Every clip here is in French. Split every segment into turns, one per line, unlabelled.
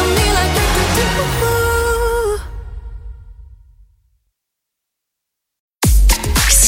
on me like do, do, do, do.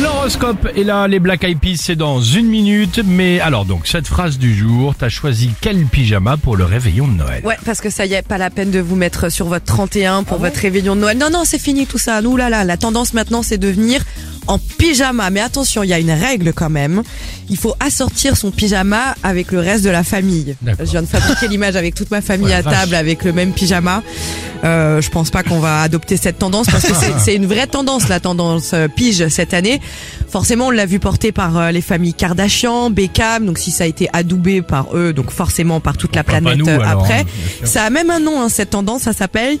L'horoscope est là, les Black Eyed Peas, c'est dans une minute. Mais alors donc, cette phrase du jour, t'as choisi quel pyjama pour le réveillon de Noël
Ouais, parce que ça y est, pas la peine de vous mettre sur votre 31
Ah
pour votre réveillon de Noël. Non, non, c'est fini tout ça. Nous, là, là, la tendance maintenant, c'est de venir en pyjama. Mais attention, il y a une règle quand même. Il faut assortir son pyjama avec le reste de la famille.
D'accord.
Je viens de fabriquer l'image avec toute ma famille
Ouais,
à
vache.
table avec le même pyjama. Euh, je pense pas qu'on va adopter cette tendance parce que c'est- c'est une vraie tendance, la tendance euh, pige cette année. Forcément, on l'a vu portée par euh, les familles Kardashian, Beckham. Donc si ça a été adoubé par eux, donc forcément par toute la
Pourquoi pas
planète
nous,
euh,
alors, hein,
après.
bien sûr.
Ça a même un nom, hein, cette tendance, ça s'appelle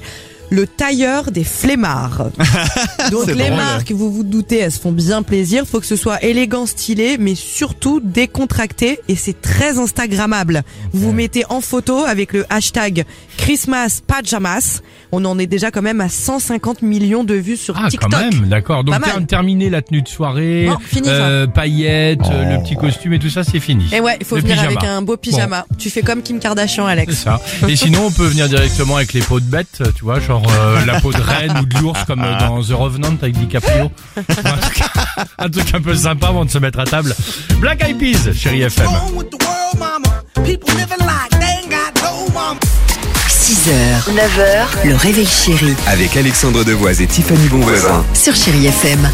le tailleur des flemmards. Donc les
hein.
marques, vous vous doutez, elles se font bien plaisir. Faut que ce soit élégant, stylé, mais surtout décontracté et c'est très instagrammable. Vous vous mettez en photo avec le hashtag Christmas Pajamas. On en est déjà quand même à 150 millions de vues sur
Ah,
TikTok.
quand même, d'accord. Donc
Pas mal.
term- terminé la tenue de soirée,
Non, fini,
euh, paillettes, euh, le petit costume et tout ça, c'est fini.
Et ouais, il faut
Le
venir
pyjama.
avec un beau pyjama. Tu fais comme Kim Kardashian,
C'est
Alex.
ça. Et sinon, on peut venir directement avec les peaux de bête, tu vois, genre euh, la peau de reine ou de l'ours comme euh, dans The Revenant avec DiCaprio. un, truc, un truc un peu sympa avant de se mettre à table. Black Eyed Peas, chérie FM.
wrong with the world, mama. People living like they ain't got no mama.
6h, 9h, le réveil chéri
Avec Alexandre Devoise et Tiffany Bonvoisin.
sur Chérie FM.